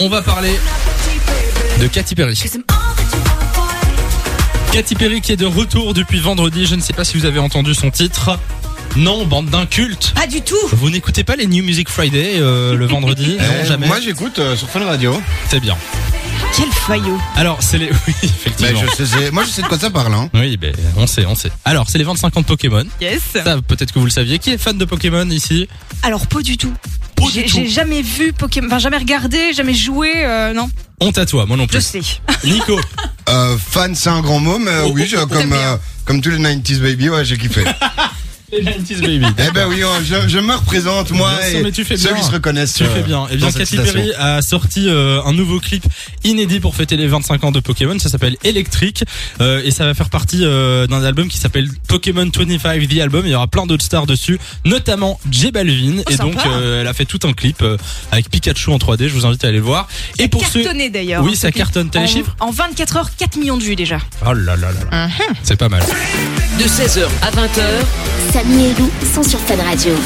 On va parler de Katy Perry. Katy Perry qui est de retour depuis vendredi. Je ne sais pas si vous avez entendu son titre. Non, bande d'incultes. Pas du tout Vous n'écoutez pas les New Music Friday euh, le vendredi Euh, Non, jamais. Moi j'écoute euh, sur Fun Radio. C'est bien. Quel faillot Alors, c'est les. Oui, Bah, effectivement. je sais, moi je sais de quoi ça parle. Hein. Oui, ben, on sait, on sait. Alors, c'est les 25 ans de Pokémon. Yes Ça, peut-être que vous le saviez. Qui est fan de Pokémon ici Alors pas du tout. Pas du J'ai tout. j'ai jamais vu Pokémon, enfin jamais regardé, jamais joué, euh, non. Honte à toi, moi non Je plus. sais. Nico, Euh, fan, c'est un grand mot, mais euh, Oh, oui, oh, je- oh, comme, t'aimes bien. euh, comme tous les 90s baby, ouais, j'ai kiffé. les 90s baby. eh ben oui, oh, je, je me représente moi Bien sûr, et mais tu fais ceux bien. qui se reconnaissent. Tu euh, fais bien. Et bien, dans cette Katy citation. Perry a sorti euh, un nouveau clip inédit pour fêter les 25 ans de Pokémon. Ça s'appelle Electric euh, et ça va faire partie euh, d'un album qui s'appelle Pokémon 25 The Album. Il y aura plein d'autres stars dessus, notamment J Balvin. Oh, et sympa. donc, euh, elle a fait tout un clip euh, avec Pikachu en 3D. Je vous invite à aller le voir. Et pour ceux, Cartonné d'ailleurs. oui, hein, ça ce clip. cartonne. T'as les En- chiffres En 24 heures, 4 millions de vues déjà. oh là là là là, Uh-huh. c'est pas mal. De 16h à 20h, Samy et Lou sont sur Fan Radio.